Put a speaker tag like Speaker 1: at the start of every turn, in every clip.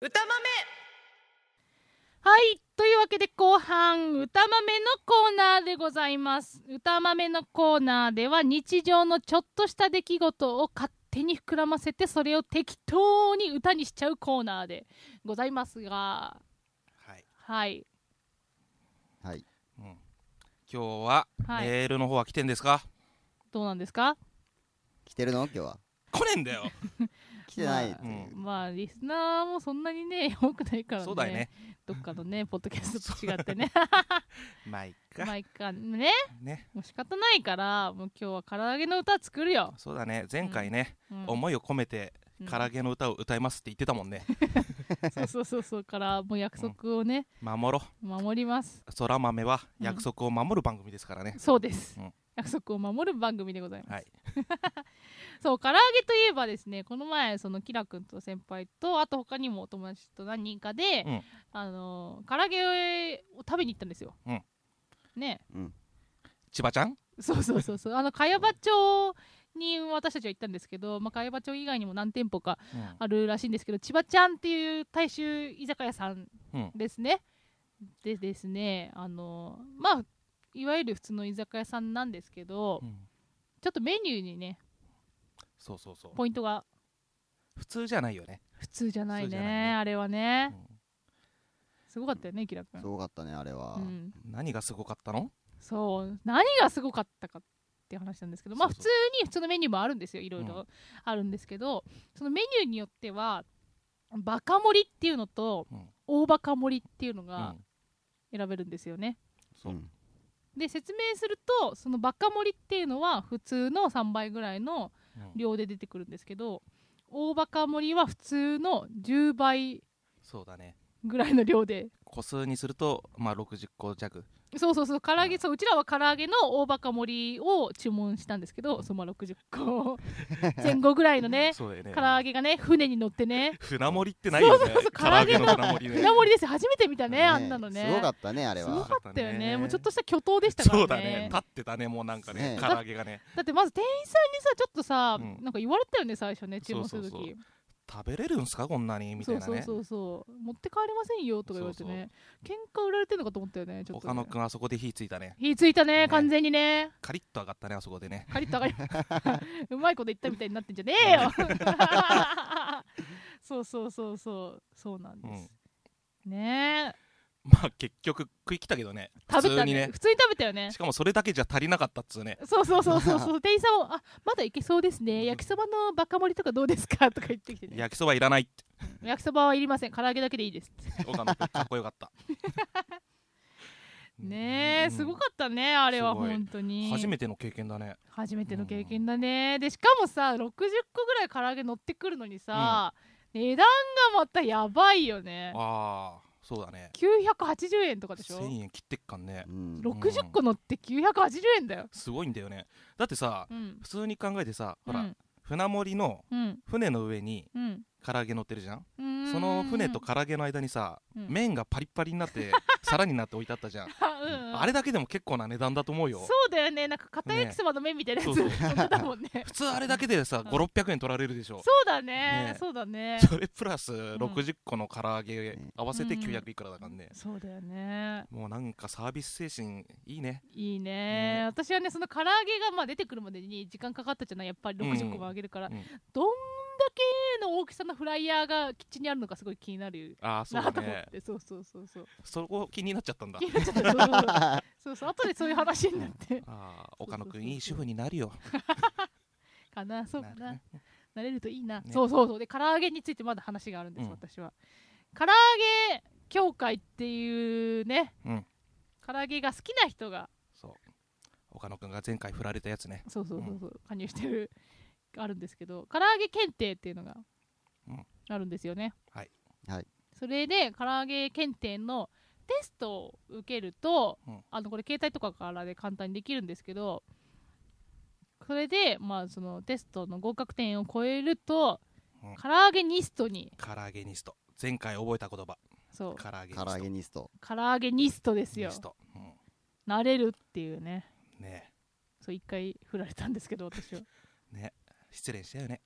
Speaker 1: 歌豆
Speaker 2: はい。というわけで後半、歌豆のコーナーでございます。歌豆のコーナーでは日常のちょっとした出来事を勝手に膨らませて、それを適当に歌にしちゃうコーナーでございますが、
Speaker 3: はい、
Speaker 2: はい。
Speaker 4: はい。
Speaker 3: うん、今日は
Speaker 2: はい
Speaker 3: メールの方は来てんですか
Speaker 2: どうなんですか
Speaker 4: 来てるの今日は。
Speaker 3: 来ねえ んだよ
Speaker 4: 来てない
Speaker 2: ま
Speaker 4: と
Speaker 3: う
Speaker 4: い
Speaker 3: ん
Speaker 2: まあ、リスナーもそんなにね、多くないからね。
Speaker 3: そうだよね
Speaker 2: どっかのね、ポッドキャストと違って ね。
Speaker 3: まあいっか
Speaker 2: 毎回ね、
Speaker 3: ね
Speaker 2: もう仕方ないから、もう今日は唐揚げの歌作るよ。
Speaker 3: そうだね前回ね、
Speaker 2: うん
Speaker 3: 思いを込めて
Speaker 2: うん
Speaker 3: 唐揚げの歌を歌いますって言ってたもんね
Speaker 2: そうそうそうそうからもう約束をね、
Speaker 3: 守ろ
Speaker 2: 守ります
Speaker 3: う空豆は約束を守る番組ですからね、
Speaker 2: そうです、
Speaker 3: うん
Speaker 2: 約束を守る番組でございます、
Speaker 3: はい
Speaker 2: そう唐揚げといえばですねこの前そのキラ君と先輩とあと他にもお友達と何人かで、
Speaker 3: うん
Speaker 2: あのー唐揚げを食べに行ったんですよ、
Speaker 3: うん
Speaker 2: ね
Speaker 4: う。うん。
Speaker 3: 千葉ちゃん
Speaker 2: そうそうそうそうあの茅場町に私たちは行ったんですけど、まあ、茅場町以外にも何店舗か
Speaker 3: うん
Speaker 2: あるらしいんですけど千葉ちゃんっていう大衆居酒屋さん
Speaker 3: うん
Speaker 2: ですね、でですねあのまあいわゆる普通の居酒屋さんなんですけど、
Speaker 3: うん
Speaker 2: ちょっとメニューにね
Speaker 3: そうそうそう
Speaker 2: ポイントが
Speaker 3: 普通じゃないよね、
Speaker 2: 普通じゃない
Speaker 3: 普
Speaker 2: ね
Speaker 3: 通じゃないね
Speaker 2: あれは
Speaker 3: う
Speaker 2: ね
Speaker 3: ん
Speaker 2: すごかったよねキラ君
Speaker 4: すごかったね、あれは
Speaker 2: う。ん、
Speaker 3: 何がすごかったの
Speaker 2: そう何がすごかったかっていう話なんですけどまあ
Speaker 3: そ
Speaker 2: 普
Speaker 3: うそう
Speaker 2: 通に普通のメニューもあるんですよいろいろあるんですけど、そのメニューによってはバカ盛りっていうのと
Speaker 3: うん
Speaker 2: 大バカ盛りっていうの
Speaker 3: う
Speaker 2: が
Speaker 3: ん
Speaker 2: 選べるんですよね、
Speaker 3: そう
Speaker 4: うん
Speaker 2: で説明するとそのバカ盛りっていうのは普通の3倍ぐらいの
Speaker 3: うん
Speaker 2: 量で出てくるんですけど大バカ盛りは普通の10倍
Speaker 3: そうだね
Speaker 2: ぐらいの量で
Speaker 3: 個数にするとまあ60個弱
Speaker 2: そうそうそう唐揚げそううちらは唐揚げの大バカ盛りを注文したんですけどそのまあ60個 前後ぐらいのね
Speaker 3: そうだよね
Speaker 2: 唐揚げがね船に乗ってね
Speaker 3: 船盛りってないよね
Speaker 2: そうそう
Speaker 3: 唐揚げの船盛りね
Speaker 2: 船盛りですよ初めて見たね
Speaker 4: え
Speaker 2: あんなのね
Speaker 4: すごか
Speaker 2: っ
Speaker 4: ったね、あれ
Speaker 2: すごか
Speaker 4: は。
Speaker 2: ったよ
Speaker 3: すごかったね
Speaker 2: ねもうちょっとした巨頭でしたから
Speaker 3: そうだね立ってたねもうなんかね
Speaker 4: ね
Speaker 3: 唐揚げがね
Speaker 2: だってまず店員さんにさちょっとさ、
Speaker 3: うん
Speaker 2: なんか言われたよね最初ね注文するとき
Speaker 3: そうそう食べれるんすかこんなにみた
Speaker 2: そ
Speaker 3: いうな
Speaker 2: そう
Speaker 3: ね
Speaker 2: そうそう持って帰れませんよとか言われてね喧嘩売られてるのかと思ったよねちょっとね
Speaker 3: 岡野くんあそこで火ついたね
Speaker 2: 火ついたね
Speaker 3: ね
Speaker 2: 完全にね
Speaker 3: カリッと上がったねあそこでね
Speaker 2: カリッと上がり うまいこと言ったみたいになってんじゃねえ よそうそうそうそうそうなんです、ねえ
Speaker 3: まあ結局食い切ったけどね
Speaker 2: 食べ
Speaker 3: 普
Speaker 2: た
Speaker 3: 通
Speaker 2: ね
Speaker 3: に
Speaker 2: 普通
Speaker 3: ね
Speaker 2: に食べたよね
Speaker 3: しかもそれだけじゃ足りなかったっつうね
Speaker 2: そうそうそうそうそう 店員さんも「あまだいけそうですね焼きそばのバカ盛りとかどうですか?」とか言ってきてね
Speaker 3: 焼きそばいらないって
Speaker 2: 「焼きそばはいりません唐揚げだけでいいです」って
Speaker 3: 岡野くんかっこよかった
Speaker 2: ねえすごかったねあれは
Speaker 3: すごい
Speaker 2: 本当に
Speaker 3: 初めての経験だね
Speaker 2: 初めての経験だね、でしかもさ60個ぐらい唐揚げ乗ってくるのにさ、値段がまたやばいよね
Speaker 3: ああそうだね
Speaker 2: 980円とかでしょ
Speaker 3: 1000円切ってっかんね
Speaker 4: うん
Speaker 2: 60個乗って980円だよ
Speaker 3: すごいんだよねだってさ
Speaker 2: うん
Speaker 3: 普通に考えてさほ
Speaker 2: う
Speaker 3: ら
Speaker 2: ん
Speaker 3: 船盛りの
Speaker 2: うん
Speaker 3: 船の上に
Speaker 2: うん
Speaker 3: 唐揚げ乗ってるじゃん
Speaker 2: うーん
Speaker 3: その船と唐揚げの間にさ、
Speaker 2: うん
Speaker 3: 麺がパリッパリにな って、皿になって置いてあったじゃん。
Speaker 2: あうんうん
Speaker 3: あれだけでも結構な値段だと思うよ
Speaker 2: そ。うだよねなんか片焼きそばの麺みたいなやつ、
Speaker 3: ねそう
Speaker 2: 乗ってたもんね
Speaker 3: 普通あれだけでさ、
Speaker 2: うん
Speaker 3: 5、600円取られるでしょ
Speaker 2: そ。うだね
Speaker 3: ね
Speaker 2: そうだね
Speaker 3: それプラス
Speaker 2: ん
Speaker 3: 60個の唐揚げ合わせて
Speaker 2: うん
Speaker 3: 900いくらだからね。
Speaker 2: そうだよね
Speaker 3: もうなんかサービス精神いいね。
Speaker 2: いいね
Speaker 3: ね
Speaker 2: 私はねその唐揚げがまあ出てくるまでに時間かかったじゃないやっぱり60個もあげるから、
Speaker 3: うんうん
Speaker 2: どんだけの大きさのフライヤーがキッチンにあるのかすごい気になる
Speaker 3: ああ、そう
Speaker 2: な
Speaker 3: だ
Speaker 2: と思っ
Speaker 3: ね。
Speaker 2: てそう,、そうそうそう
Speaker 3: そこ気になっちゃったんだ
Speaker 2: 気。になっちゃったそうそうそう そうそう後でそういう話になってそうそ
Speaker 3: ああ、
Speaker 2: う
Speaker 3: 岡野く
Speaker 2: そうんそう
Speaker 3: いい主婦になるよ。
Speaker 2: かなそうかな
Speaker 3: なる
Speaker 2: なれるといいな、
Speaker 3: ね
Speaker 2: そうそうそうで唐揚げについてまだ話があるんです、
Speaker 3: うん
Speaker 2: 私は唐揚げ協会っていうね、
Speaker 3: うん
Speaker 2: 唐揚げが好きな人が
Speaker 3: そう。岡野くんが前回振られたやつね。
Speaker 2: そうそうそうそう、加入してるあるんですけど唐揚げ検定っていうのが
Speaker 3: うん
Speaker 2: あるんですよね、
Speaker 3: はい
Speaker 4: はい
Speaker 2: それで唐揚げ検定のテストを受けると、
Speaker 3: うん
Speaker 2: あのこれ携帯とかからで簡単にできるんですけどそれで、まあ、そのテストの合格点を超えると、
Speaker 3: うん
Speaker 2: 唐揚げニストに
Speaker 3: 唐揚げニスト。前回覚えた言葉。
Speaker 2: そう
Speaker 3: 唐揚げニ
Speaker 4: 唐揚げ
Speaker 3: ス
Speaker 4: ニスト。
Speaker 2: 唐揚げニストです
Speaker 3: ト。
Speaker 2: よ
Speaker 3: ニスト。う
Speaker 2: なれるっていうね
Speaker 3: んね
Speaker 2: そう 一回振られたんですけど私は
Speaker 3: え。ねえ。失恋したよね。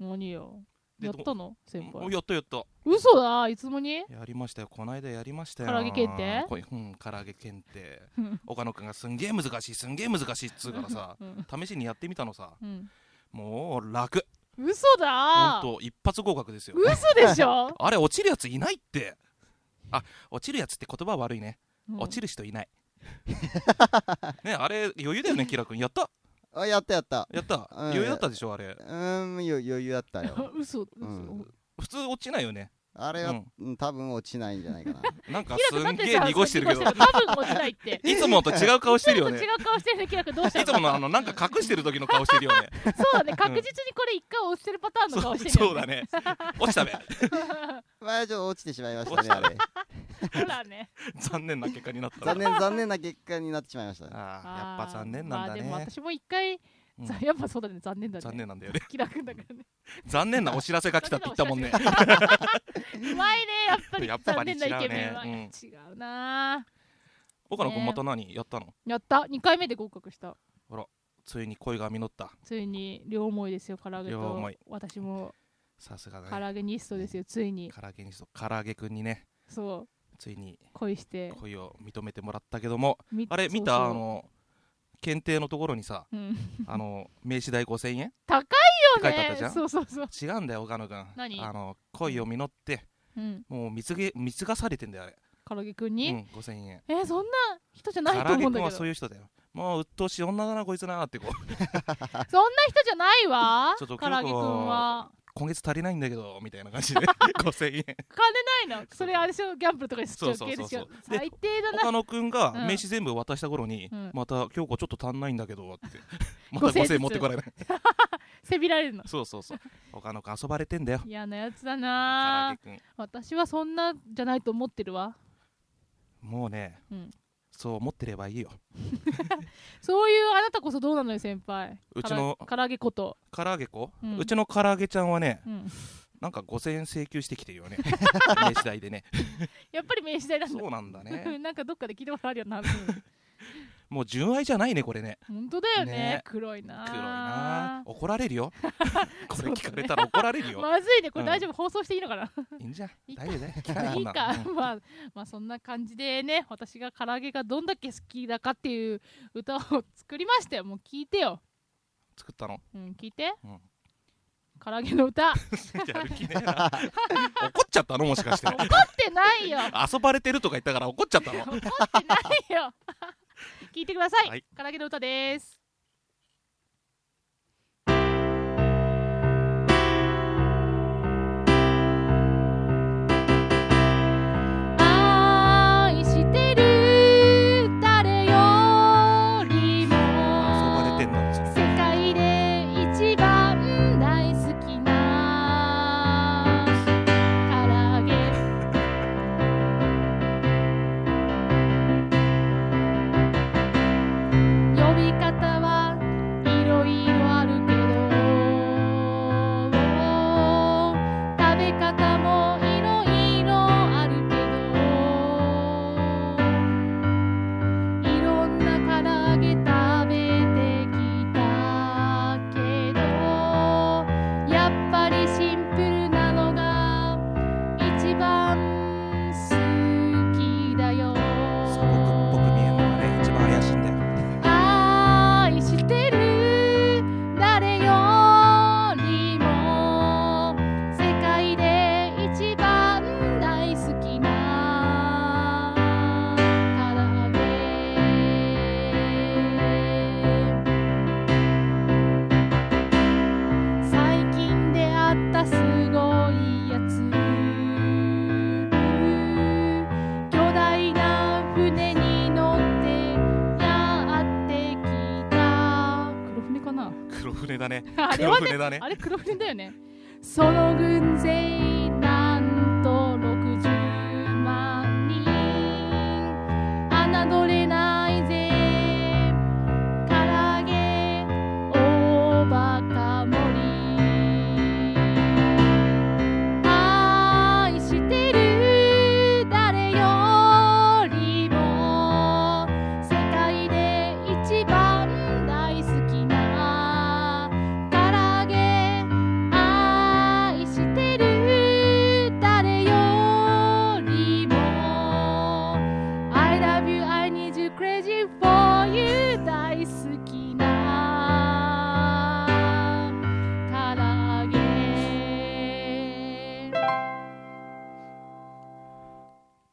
Speaker 2: 何よ
Speaker 3: で
Speaker 2: やったの
Speaker 3: で
Speaker 2: 先
Speaker 3: も
Speaker 2: 輩
Speaker 3: やったやった
Speaker 2: 嘘だいつもに
Speaker 3: やりましたよこの間やりましたよ
Speaker 2: 唐揚げ検定
Speaker 3: こいうん唐揚げ検定岡野くんがすんげえ難しいすんげえ難しいっつうか らさ
Speaker 2: うん
Speaker 3: 試しにやってみたのさ
Speaker 2: うん
Speaker 3: もう楽
Speaker 2: 嘘
Speaker 3: ほん
Speaker 2: だ
Speaker 3: と一発合格ですよ
Speaker 2: 嘘でしょ
Speaker 3: あれ落ちるやついないってあ落ちるやつって言葉悪いね、
Speaker 2: うん
Speaker 3: 落ちる 人いないねあれ余裕だよねキラ君やった
Speaker 4: あやったやった
Speaker 3: やった
Speaker 4: うん
Speaker 3: 余裕だったでしょあれ
Speaker 4: うーん余余裕だったよ
Speaker 2: あ嘘嘘
Speaker 4: うん
Speaker 3: 普通落ちないよね
Speaker 4: あれは、うん多分落ちないんじゃないかな
Speaker 3: なんか
Speaker 2: キ
Speaker 3: す
Speaker 2: ラ君だっ
Speaker 3: ん
Speaker 2: て
Speaker 3: げえ
Speaker 2: さ
Speaker 3: 濁してるけど
Speaker 2: さっき濁してた多分落ちないって
Speaker 3: いつもと違う顔してるよ
Speaker 2: いつ
Speaker 3: ね
Speaker 2: もと違う顔してるねキラ君どうした
Speaker 3: いつものあのなんか隠してる時の顔してるよね
Speaker 2: そうだね確実にこれ一回落ちてるパターンの
Speaker 3: そ
Speaker 2: 顔し
Speaker 3: う
Speaker 2: てる
Speaker 3: そう
Speaker 2: よ
Speaker 3: だ
Speaker 2: ね
Speaker 3: ね 落ちたべ
Speaker 4: まあちょっと落ちてしまいましたねあれ
Speaker 2: そうだね
Speaker 3: 残念な結果になった
Speaker 4: 残念残念な結果になってしまいましたね
Speaker 3: あーやっぱ残念なんだね、
Speaker 2: まあでも私も一回
Speaker 3: うん
Speaker 2: ざやっぱそうだね残念だね
Speaker 3: 残念なんだよね
Speaker 2: キラ君だからね
Speaker 3: 残念なお知らせが来たって言った もんね
Speaker 2: うまいねやっぱり
Speaker 3: やっぱ
Speaker 2: 残
Speaker 3: り
Speaker 2: 念なイケメンは
Speaker 3: 違う
Speaker 2: 違
Speaker 3: ね
Speaker 2: うな
Speaker 3: 岡野
Speaker 2: ね
Speaker 3: 君また何やったの
Speaker 2: やった2回目で合格した
Speaker 3: ついに恋が実った
Speaker 2: ついに両思いですよ唐揚げ
Speaker 3: 両
Speaker 2: と
Speaker 3: 思い
Speaker 2: 私も
Speaker 3: さすがだね
Speaker 2: 唐揚げニストですよついに
Speaker 3: 唐揚げにしと唐揚げくんにね
Speaker 2: そう
Speaker 3: ついに
Speaker 2: 恋して
Speaker 3: 恋を認めてもらったけども
Speaker 2: み
Speaker 3: あれ見
Speaker 2: そう
Speaker 3: た
Speaker 2: そう
Speaker 3: あの検定のところに さ
Speaker 2: うん
Speaker 3: あの名刺代5000円
Speaker 2: 高いよ
Speaker 3: って書いてあったじゃ
Speaker 2: ね
Speaker 3: ん
Speaker 2: そうそうそう
Speaker 3: 違うんだよ岡野君
Speaker 2: 何
Speaker 3: あの恋を実って
Speaker 2: うん
Speaker 3: もう貢げ貢がされてんだよあれ
Speaker 2: 唐揚げくん
Speaker 3: う
Speaker 2: に
Speaker 3: ん5000円
Speaker 2: えーそんな人じゃ
Speaker 3: 唐
Speaker 2: ないと
Speaker 3: 揚げ
Speaker 2: 思う
Speaker 3: く
Speaker 2: んだ
Speaker 3: ん
Speaker 2: け
Speaker 3: は
Speaker 2: ど
Speaker 3: そういう人だよもう鬱陶しい女だなこいつなってこう
Speaker 2: そんな人じゃないわ
Speaker 3: ちょっと
Speaker 2: 唐揚げくんは
Speaker 3: 今月足りないんだけどみたいな感じで 5000円
Speaker 2: 金ないのそれあれでしょギャンブルとかにすっちゃう系でし
Speaker 3: そうそう
Speaker 2: ょ
Speaker 3: そうそうで
Speaker 2: 最低だな
Speaker 3: 岡野くんが
Speaker 2: うん
Speaker 3: 名刺全部渡した頃に、
Speaker 2: うん
Speaker 3: また京子ちょっと足んないんだけどって また5000円持ってこられない
Speaker 2: せびられるの
Speaker 3: そうそうそう岡野くん遊ばれてんだよ
Speaker 2: 嫌なやつだ
Speaker 3: 唐揚
Speaker 2: な
Speaker 3: げくん
Speaker 2: 私はそんなじゃないと思ってるわ
Speaker 3: もうね、
Speaker 2: うん
Speaker 3: そう思ってればいいよ
Speaker 2: そういうあなたこそどうなのよ先輩
Speaker 3: うちの
Speaker 2: から唐揚げこと、
Speaker 3: 唐揚げ子、
Speaker 2: う
Speaker 3: うんちの唐揚げちゃんはね
Speaker 2: うん、
Speaker 3: なんか5000円請求してきて るよね名刺代でね
Speaker 2: やっぱり名刺代なんだ
Speaker 3: そうなんだ ね
Speaker 2: なんかどっかで聞いたことあるよな
Speaker 3: もう純愛じゃないねこれね
Speaker 2: 本当だよね
Speaker 3: ね
Speaker 2: 黒いな
Speaker 3: 黒いな怒られ るよこれ聞かれたら怒られるよ、
Speaker 2: まずいねこれ大丈夫、放送していいのか ない
Speaker 3: いんじゃん
Speaker 2: いいか
Speaker 3: 大丈夫だよ聞かない
Speaker 2: い
Speaker 3: こ
Speaker 2: い
Speaker 3: ん
Speaker 2: か
Speaker 3: な、うん
Speaker 2: まあ、まあそんな感じでね私が唐揚げがどんだけ好きだかっていう歌を作りましたよもう聞いてよ、
Speaker 3: 作ったの、
Speaker 2: うん、聞いて
Speaker 3: うん
Speaker 2: 唐揚げの歌
Speaker 3: やる気ねえな怒っちゃったのもしかして
Speaker 2: 怒ってないよ
Speaker 3: 遊ばれてるとか言ったから怒っちゃったの
Speaker 2: 怒ってないよ 聞いてください、
Speaker 3: はい
Speaker 2: 唐揚げの歌です愛してる誰よりも
Speaker 3: 遊ばれてんだもんそれ
Speaker 2: 世界で一番大好きな唐揚げ呼び方はいろいろあるけど食べ方もいろいろあるけどいろんな唐揚げ食べてきたけどやっぱりシンプルなのが一番好きだよ
Speaker 3: 素朴っぽく見えるのがね一番怪しいんだよ
Speaker 2: 愛してる誰よりも世界で一番大好きな唐揚げ最近出会ったすごいやつ巨大な船に乗ってやってきた黒船かな
Speaker 3: 黒船だね
Speaker 2: あれ
Speaker 3: 黒
Speaker 2: は
Speaker 3: 船
Speaker 2: ね
Speaker 3: だね
Speaker 2: あれ黒船だよねその軍勢なんと60万人侮れないぜ唐揚げ大バカ盛り愛してる誰よりも世界で一番大好きな唐揚げ愛して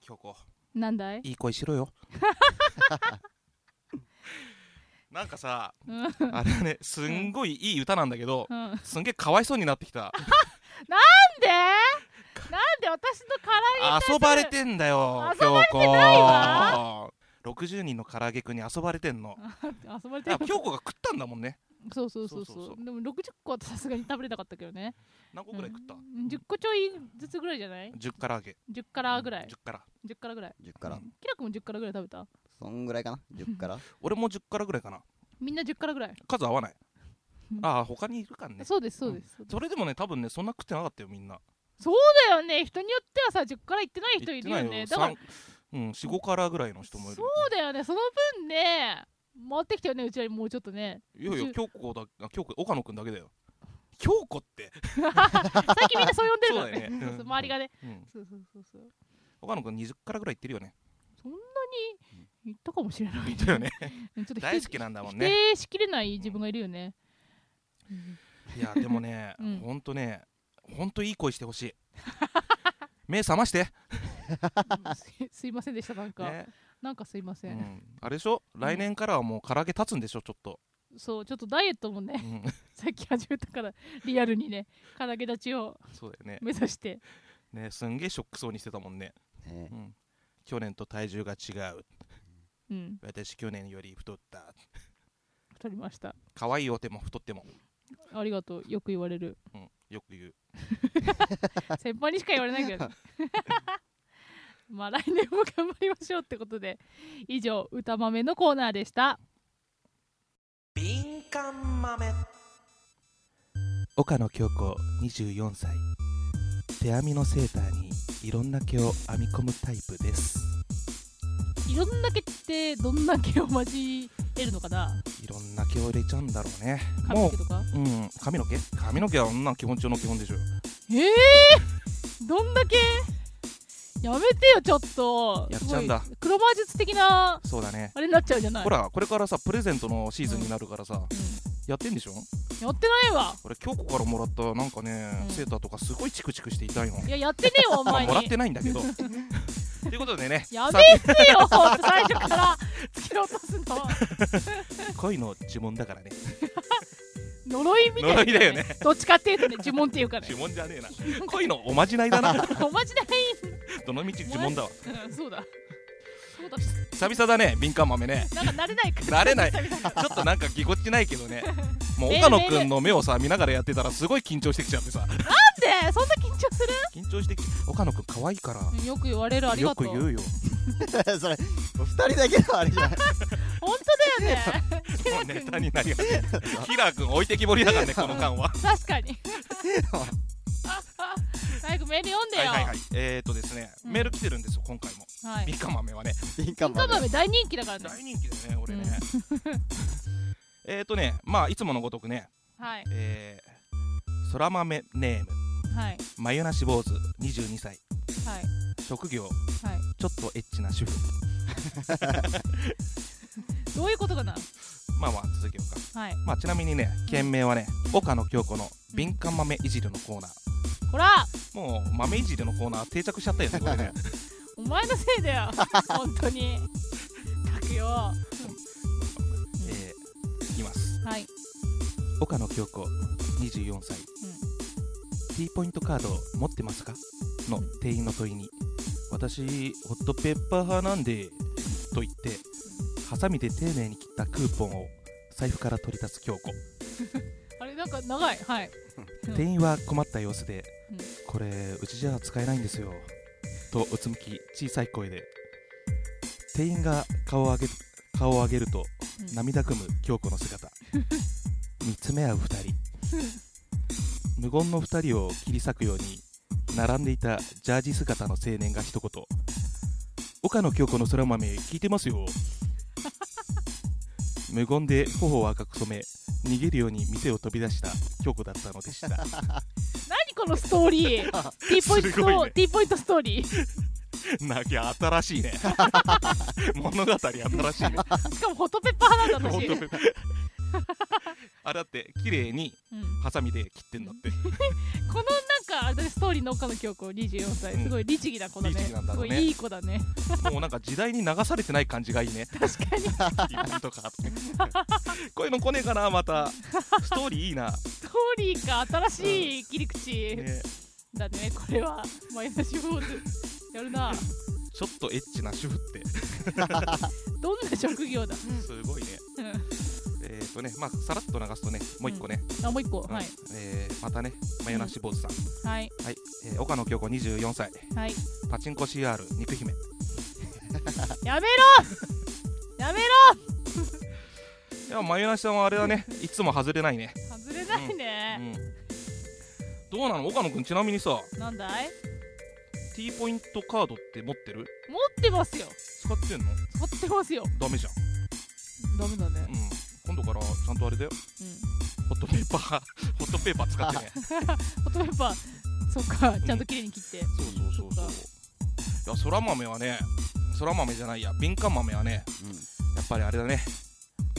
Speaker 3: 京子
Speaker 2: なんだい
Speaker 3: いい声しろよ なんかさ
Speaker 2: うんうん
Speaker 3: あれねすんごいいい歌なんだけど
Speaker 2: なんです
Speaker 3: んげえかわいそうになってきた
Speaker 2: なんで私の唐揚げ
Speaker 3: 遊ばれてんだよ
Speaker 2: 遊ば
Speaker 3: 京
Speaker 2: れてないわ
Speaker 3: 子60人の唐揚げくんに遊ばれてんの
Speaker 2: あ遊ばれて
Speaker 3: あ
Speaker 2: る
Speaker 3: 京子が食ったんだもんね
Speaker 2: そうそうそうそう
Speaker 3: そうそうそ
Speaker 2: でも60個はさすがに食べれなかったけどね
Speaker 3: 何個くらい食った、
Speaker 2: うん10個ちょいずつぐらいじゃない
Speaker 3: 10から揚げ
Speaker 2: 10からぐらい
Speaker 3: 10から
Speaker 2: 10からぐらい
Speaker 4: 10から
Speaker 2: キラ君も10からぐらい食べた
Speaker 4: そんぐらいかな10から
Speaker 3: 俺も10からぐらいかな
Speaker 2: みんな10からぐらい
Speaker 3: 数合わない
Speaker 2: うん
Speaker 3: ああ他にいるからね
Speaker 2: そうですそうですそうです
Speaker 3: それでもね多分ねそんな食ってなかったよみんな
Speaker 2: そうだよね人によってはさ10から行ってない人いるよね
Speaker 3: 言っ
Speaker 2: だ
Speaker 3: て
Speaker 2: か
Speaker 3: な
Speaker 2: ら
Speaker 3: いよさんうん45からぐらいの人もいる
Speaker 2: そうだよねその分ね回ってきたよねうちらにもうちょっとね
Speaker 3: いやいや京子だあ京子岡野くんだけだよ京子って
Speaker 2: 最近みんなそう呼んでるからね
Speaker 3: そうだよね
Speaker 2: そうそう
Speaker 3: うん
Speaker 2: 周りがね
Speaker 3: うん
Speaker 2: そうそうそうそう
Speaker 3: 岡野くん20からぐらい行ってるよね
Speaker 2: そんなに言ったかもしれない
Speaker 3: 行ってるよね
Speaker 2: ちょっと否定
Speaker 3: 大好きなんだもん
Speaker 2: 否
Speaker 3: ね
Speaker 2: 定しきれない自分がいるよねうん
Speaker 3: いやでもね
Speaker 2: うん
Speaker 3: ほんとねほんといい声してほし い目覚まして、
Speaker 2: すす いませんでしたなんか
Speaker 3: ね
Speaker 2: なんかすいま
Speaker 3: う
Speaker 2: せん
Speaker 3: ん、あれでしょ来年からはもう唐揚げ立つんでしょちょっと、
Speaker 2: そうちょっとダイエットも
Speaker 3: う
Speaker 2: ね
Speaker 3: ん、
Speaker 2: さっき始めたからリアルにね唐揚げ立ちを
Speaker 3: そうだよね
Speaker 2: 目指して
Speaker 3: ねすんげえショックそうにしてたもんね、
Speaker 4: ね
Speaker 3: う ん、去年と体重が違う
Speaker 2: うん
Speaker 3: 私去年より太った
Speaker 2: 太りました
Speaker 3: 可愛いお手も太っても、
Speaker 2: ありがとうよく言われる
Speaker 3: うん、よく言う
Speaker 2: 先輩にしか言われないけどね まあ来年も頑張りましょうってことで以上歌豆のコーナーでした
Speaker 1: 敏感豆
Speaker 3: 岡野京子24歳手編みのセーターにいろんな毛を編み込むタイプです
Speaker 2: いろんな毛ってどんな毛を交えるのかない
Speaker 3: ろんな毛を入れちゃうんだろうね
Speaker 2: 髪
Speaker 3: も
Speaker 2: の
Speaker 3: う
Speaker 2: 毛とか
Speaker 3: うん、髪の毛髪の毛はそんな基本中の基本でしょい
Speaker 2: ええー、どんだけやめてよちょっと
Speaker 3: やっちゃうんだ
Speaker 2: すごい黒魔術的な
Speaker 3: そうだね
Speaker 2: あれになっちゃうじゃない
Speaker 3: ほ、らこれからさプレゼントのシーズンになるからさ、
Speaker 2: うん
Speaker 3: やってんでしょ
Speaker 2: やってないわ
Speaker 3: 俺京子からもらったなんかね、
Speaker 2: うん
Speaker 3: セーターとかすごいチクチクして痛いの
Speaker 2: いややってねえわお
Speaker 3: まあ
Speaker 2: 前に
Speaker 3: もらってないんだけ どということでね
Speaker 2: や
Speaker 3: さ
Speaker 2: めてよほんと最初から突き落とすの
Speaker 3: 恋の呪文だからね
Speaker 2: 呪いみたいな、
Speaker 3: 呪いだよね
Speaker 2: どっちかっていうとね呪文っていうからね
Speaker 3: 呪文じゃねえな恋のおまじない だな
Speaker 2: おまじない
Speaker 3: どのみち呪文だわ
Speaker 2: うんそうだそうだし
Speaker 3: 久々だね敏感豆ね
Speaker 2: なんか慣れないから
Speaker 3: 慣れないち
Speaker 2: 久
Speaker 3: ょ
Speaker 2: 々だ
Speaker 3: っとなんかぎこちないけどねもう
Speaker 2: ねえ
Speaker 3: 岡野くんの目をさ見ながらやってたらすごい緊張してきちゃってさ
Speaker 2: なんでそんな緊張す
Speaker 3: 緊張してき岡野くん可愛いから
Speaker 2: るよく言われるあり
Speaker 3: よ
Speaker 2: がと
Speaker 3: く
Speaker 2: う
Speaker 3: 言うよ
Speaker 4: それお二人だけのあれじゃない
Speaker 2: 本当だよね
Speaker 3: もうネタにな りがちキラーくん置いてきぼりだからねこの間は
Speaker 2: 確かに早くメール読んで
Speaker 3: はい
Speaker 2: よ
Speaker 3: はいはいえーとですね
Speaker 2: うん
Speaker 3: メール来てるんですよ今回も
Speaker 2: はい
Speaker 3: 敏感豆はね
Speaker 4: 敏感
Speaker 2: 金貨
Speaker 4: まで
Speaker 2: 豆大人気だからね
Speaker 3: 大人気だよね俺ね えーとねまあいつものごとくね
Speaker 2: はい
Speaker 3: えーそら豆ネーム
Speaker 2: はい
Speaker 3: まゆなし坊主22歳
Speaker 2: はい
Speaker 3: 職業
Speaker 2: はい
Speaker 3: ちょっとエッチな主婦
Speaker 2: どういうことかな
Speaker 3: まあまあ続けようか
Speaker 2: はい
Speaker 3: まあちなみにね件名はね岡野京子の敏感豆いじるのコーナー
Speaker 2: こら
Speaker 3: もう豆いじりのコーナー定着しちゃったよねこれ ね
Speaker 2: お前のせいだ よ本当にたくよは
Speaker 3: えー、いきます
Speaker 2: い
Speaker 3: 岡野京子24歳、T ポイントカード持ってますかの店員の問いに私ホットペッパー派なんでと言ってハサミで丁寧に切ったクーポンを財布から取り出す京子
Speaker 2: あれなんか長いはいうん
Speaker 3: 店員は困った様子で、
Speaker 2: うん
Speaker 3: これうちじゃ使えないんですよとうつむき小さい声で店員が顔を上げ顔を上げると
Speaker 2: うん
Speaker 3: 涙ぐむ京子の姿見つめ合う2人無言の2人を切り裂くように並んでいたジャージ姿の青年が一言岡野京子の空豆聞いてます よ無言で頬を赤く染め逃げるように店を飛び出した京子だったのでした
Speaker 2: 何このストーリ ー T ポイン
Speaker 3: すごい
Speaker 2: ト、
Speaker 3: ね
Speaker 2: T ポイントストーリーし
Speaker 3: なきゃ新しい ね物語新しいね
Speaker 2: かもホットペッパー派なんだ
Speaker 3: 本
Speaker 2: 私
Speaker 3: 当あだって綺麗に
Speaker 2: うん、
Speaker 3: ハサミで切ってんだって
Speaker 2: このなんかあれだねストーリーの岡野京子24歳
Speaker 3: うん
Speaker 2: すごい律儀な子だね,、
Speaker 3: 律儀なんだ
Speaker 2: す
Speaker 3: ろ
Speaker 2: ご
Speaker 3: うね
Speaker 2: いいい子だね
Speaker 3: もうなんか時代に流されてない感じがいいね
Speaker 2: 確かにス
Speaker 3: イベントかこういうの来ねえかなまたストーリーいいな、
Speaker 2: トーリーか新しい切り口
Speaker 3: ね、
Speaker 2: だねこれはマイナスボーズやるな
Speaker 3: ちょっとエッチな主婦って
Speaker 2: どんな職業だ、
Speaker 3: すごいね
Speaker 2: う
Speaker 3: えっ、とねまあさらっと流すとねもう一個ね、
Speaker 2: ん、あもう一個、
Speaker 3: うん
Speaker 2: はい
Speaker 3: えーまたねマヨナシ坊主さん、
Speaker 2: はい
Speaker 3: はい、えー岡野京子24歳
Speaker 2: はい
Speaker 3: パチンコ CR 肉姫
Speaker 2: やめろ やめろ
Speaker 3: いやマヨナシさんはあれだねいつも外れないね、
Speaker 2: 外れないね、
Speaker 3: うん、どうなの岡野くんちなみにさ
Speaker 2: なんだい
Speaker 3: T ポイントカードって持ってる
Speaker 2: 持ってますよ
Speaker 3: 使ってんの
Speaker 2: 使ってますよ
Speaker 3: ダメじゃん
Speaker 2: ダメだね
Speaker 3: うん、今度からちゃんとあれだよ
Speaker 2: うん
Speaker 3: ホットペーパー ホットペーパー使ってね
Speaker 2: ホットペッパーそっかちゃんと綺麗に切って、
Speaker 3: そうそうそうそういやそら豆はねそら豆じゃないや敏感豆はねやっぱりあれだね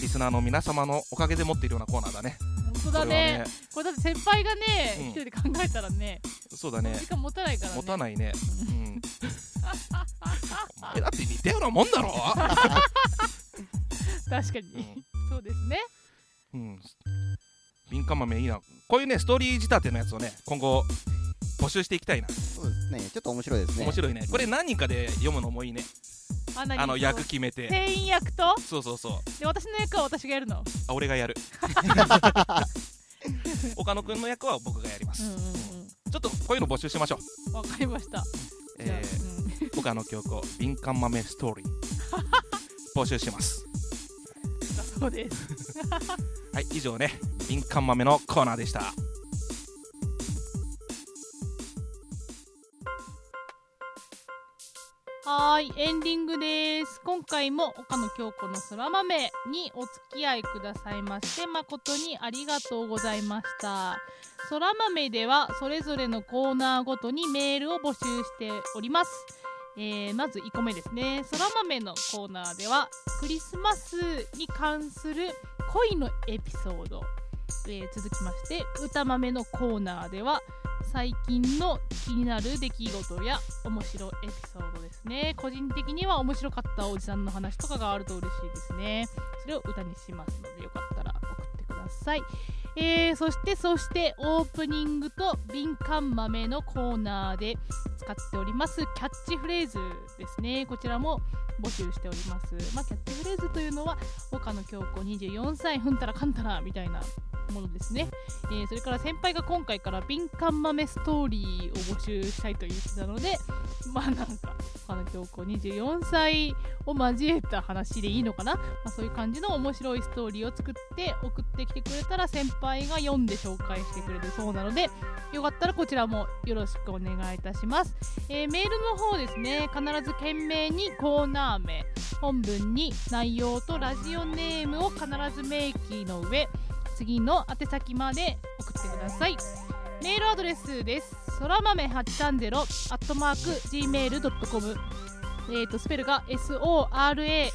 Speaker 3: リスナーの皆様のおかげで持っているようなコーナーだね
Speaker 2: 本当だ
Speaker 3: これは
Speaker 2: ねこれだって先輩がね、
Speaker 3: うん
Speaker 2: 一人で考えたらね
Speaker 3: そうだね
Speaker 2: 時間持たないからね
Speaker 3: 持た
Speaker 2: い
Speaker 3: ないねうん お前だって似たようなもんだろ、
Speaker 2: 確かに、そうですね
Speaker 3: うんうん、敏感豆いいなこういうねストーリー仕立てのやつをね今後募集していきたいな、
Speaker 4: そうですね。ちょっと面白いですね。
Speaker 3: 面白いねこれ何人かで読むのもいいね
Speaker 2: あ何
Speaker 3: あの役決めて
Speaker 2: 店員役と
Speaker 3: そうそうそう
Speaker 2: で私の役は私がやるの
Speaker 3: あ俺 がやる岡野くんの役は僕がやりま
Speaker 2: う
Speaker 3: す、
Speaker 2: んうん
Speaker 3: ちょっとこういうの募集しましょ
Speaker 2: う
Speaker 3: う、
Speaker 2: んわかりましたじゃあ、
Speaker 3: えー岡野京子敏感豆ストーリー募集します
Speaker 2: うん、だそうです
Speaker 3: はい以上ね敏感豆のコーナーでした
Speaker 2: はーいエンディングです今回も岡野京子の空豆にお付き合いくださいまして誠にありがとうございました空豆ではそれぞれのコーナーごとにメールを募集しておりますえーまず1個目ですね空豆のコーナーではクリスマスに関する恋のエピソード、えー続きまして歌豆のコーナーでは最近の気になる出来事や面白エピソードですね個人的には面白かったおじさんの話とかがあると嬉しいですねそれを歌にしますのでよかったら送ってください、えーそしてそしてオープニングと敏感豆のコーナーで使っておりますキャッチフレーズですねこちらも募集しております、まあ、キャッチフレーズというのは岡野京子24歳ふんたらかんたらみたいなものですねえーそれから先輩が今回から敏感豆ストーリーを募集したいと言ってたので まあなんかあの京子24歳を交えた話でいいのかな、まあ、そういう感じの面白いストーリーを作って送ってきてくれたら先輩が読んで紹介してくれるそうなのでよかったらこちらもよろしくお願いいたします、えーメールの方ですね必ず懸命にコーナー名本文に内容とラジオネームを必ず明記の上次の宛先まで送ってくださいメールアドレスですそら豆830 at mark gmail.com えー、とスペルが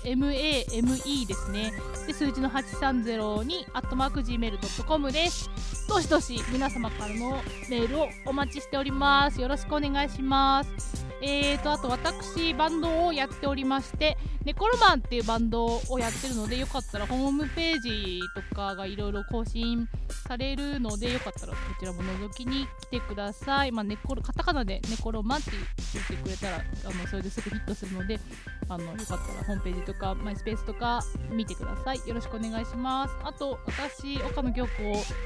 Speaker 2: SORAMAME ですねで数字の830にアットマーク Gmail.com ですどしどし皆様からのメールをお待ちしておりますよろしくお願いしますえー、とあと私バンドをやっておりましてネコロマンっていうバンドをやってるのでよかったらホームページとかがいろいろ更新されるのでよかったらこちらも覗きに来てください、まあ、ネコロカタカナで「ネコロマン」って言ってくれたらあのそれですぐヒットするのであのよかったらホームページとかマイスペースとか見てくださいよろしくお願いしますあと私岡野京子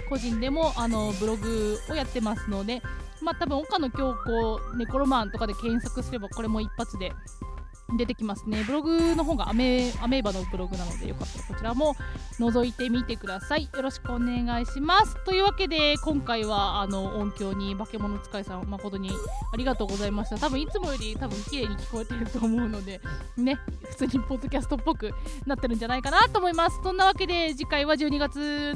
Speaker 2: 個人でもあのブログをやってますのでまあ多分岡野京子ネコロマンとかで検索すればこれも一発で出てきますねブログの方がアメアメーバのブログなのでよかったらこちらも覗いてみてくださいよろしくお願いしますというわけで今回はあの音響に化け物使いさん誠にありがとうございました多分いつもより多分綺麗に聞こえてると思うのでね普通にポッドキャストっぽくなってるんじゃないかなと思いますそんなわけで次回は12月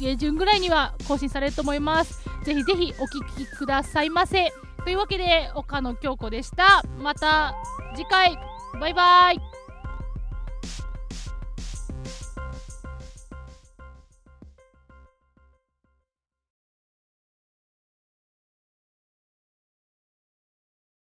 Speaker 2: 下旬ぐらいには更新されると思いますぜひぜひお聞きくださいませというわけで岡野京子でしたまた次回バイバイ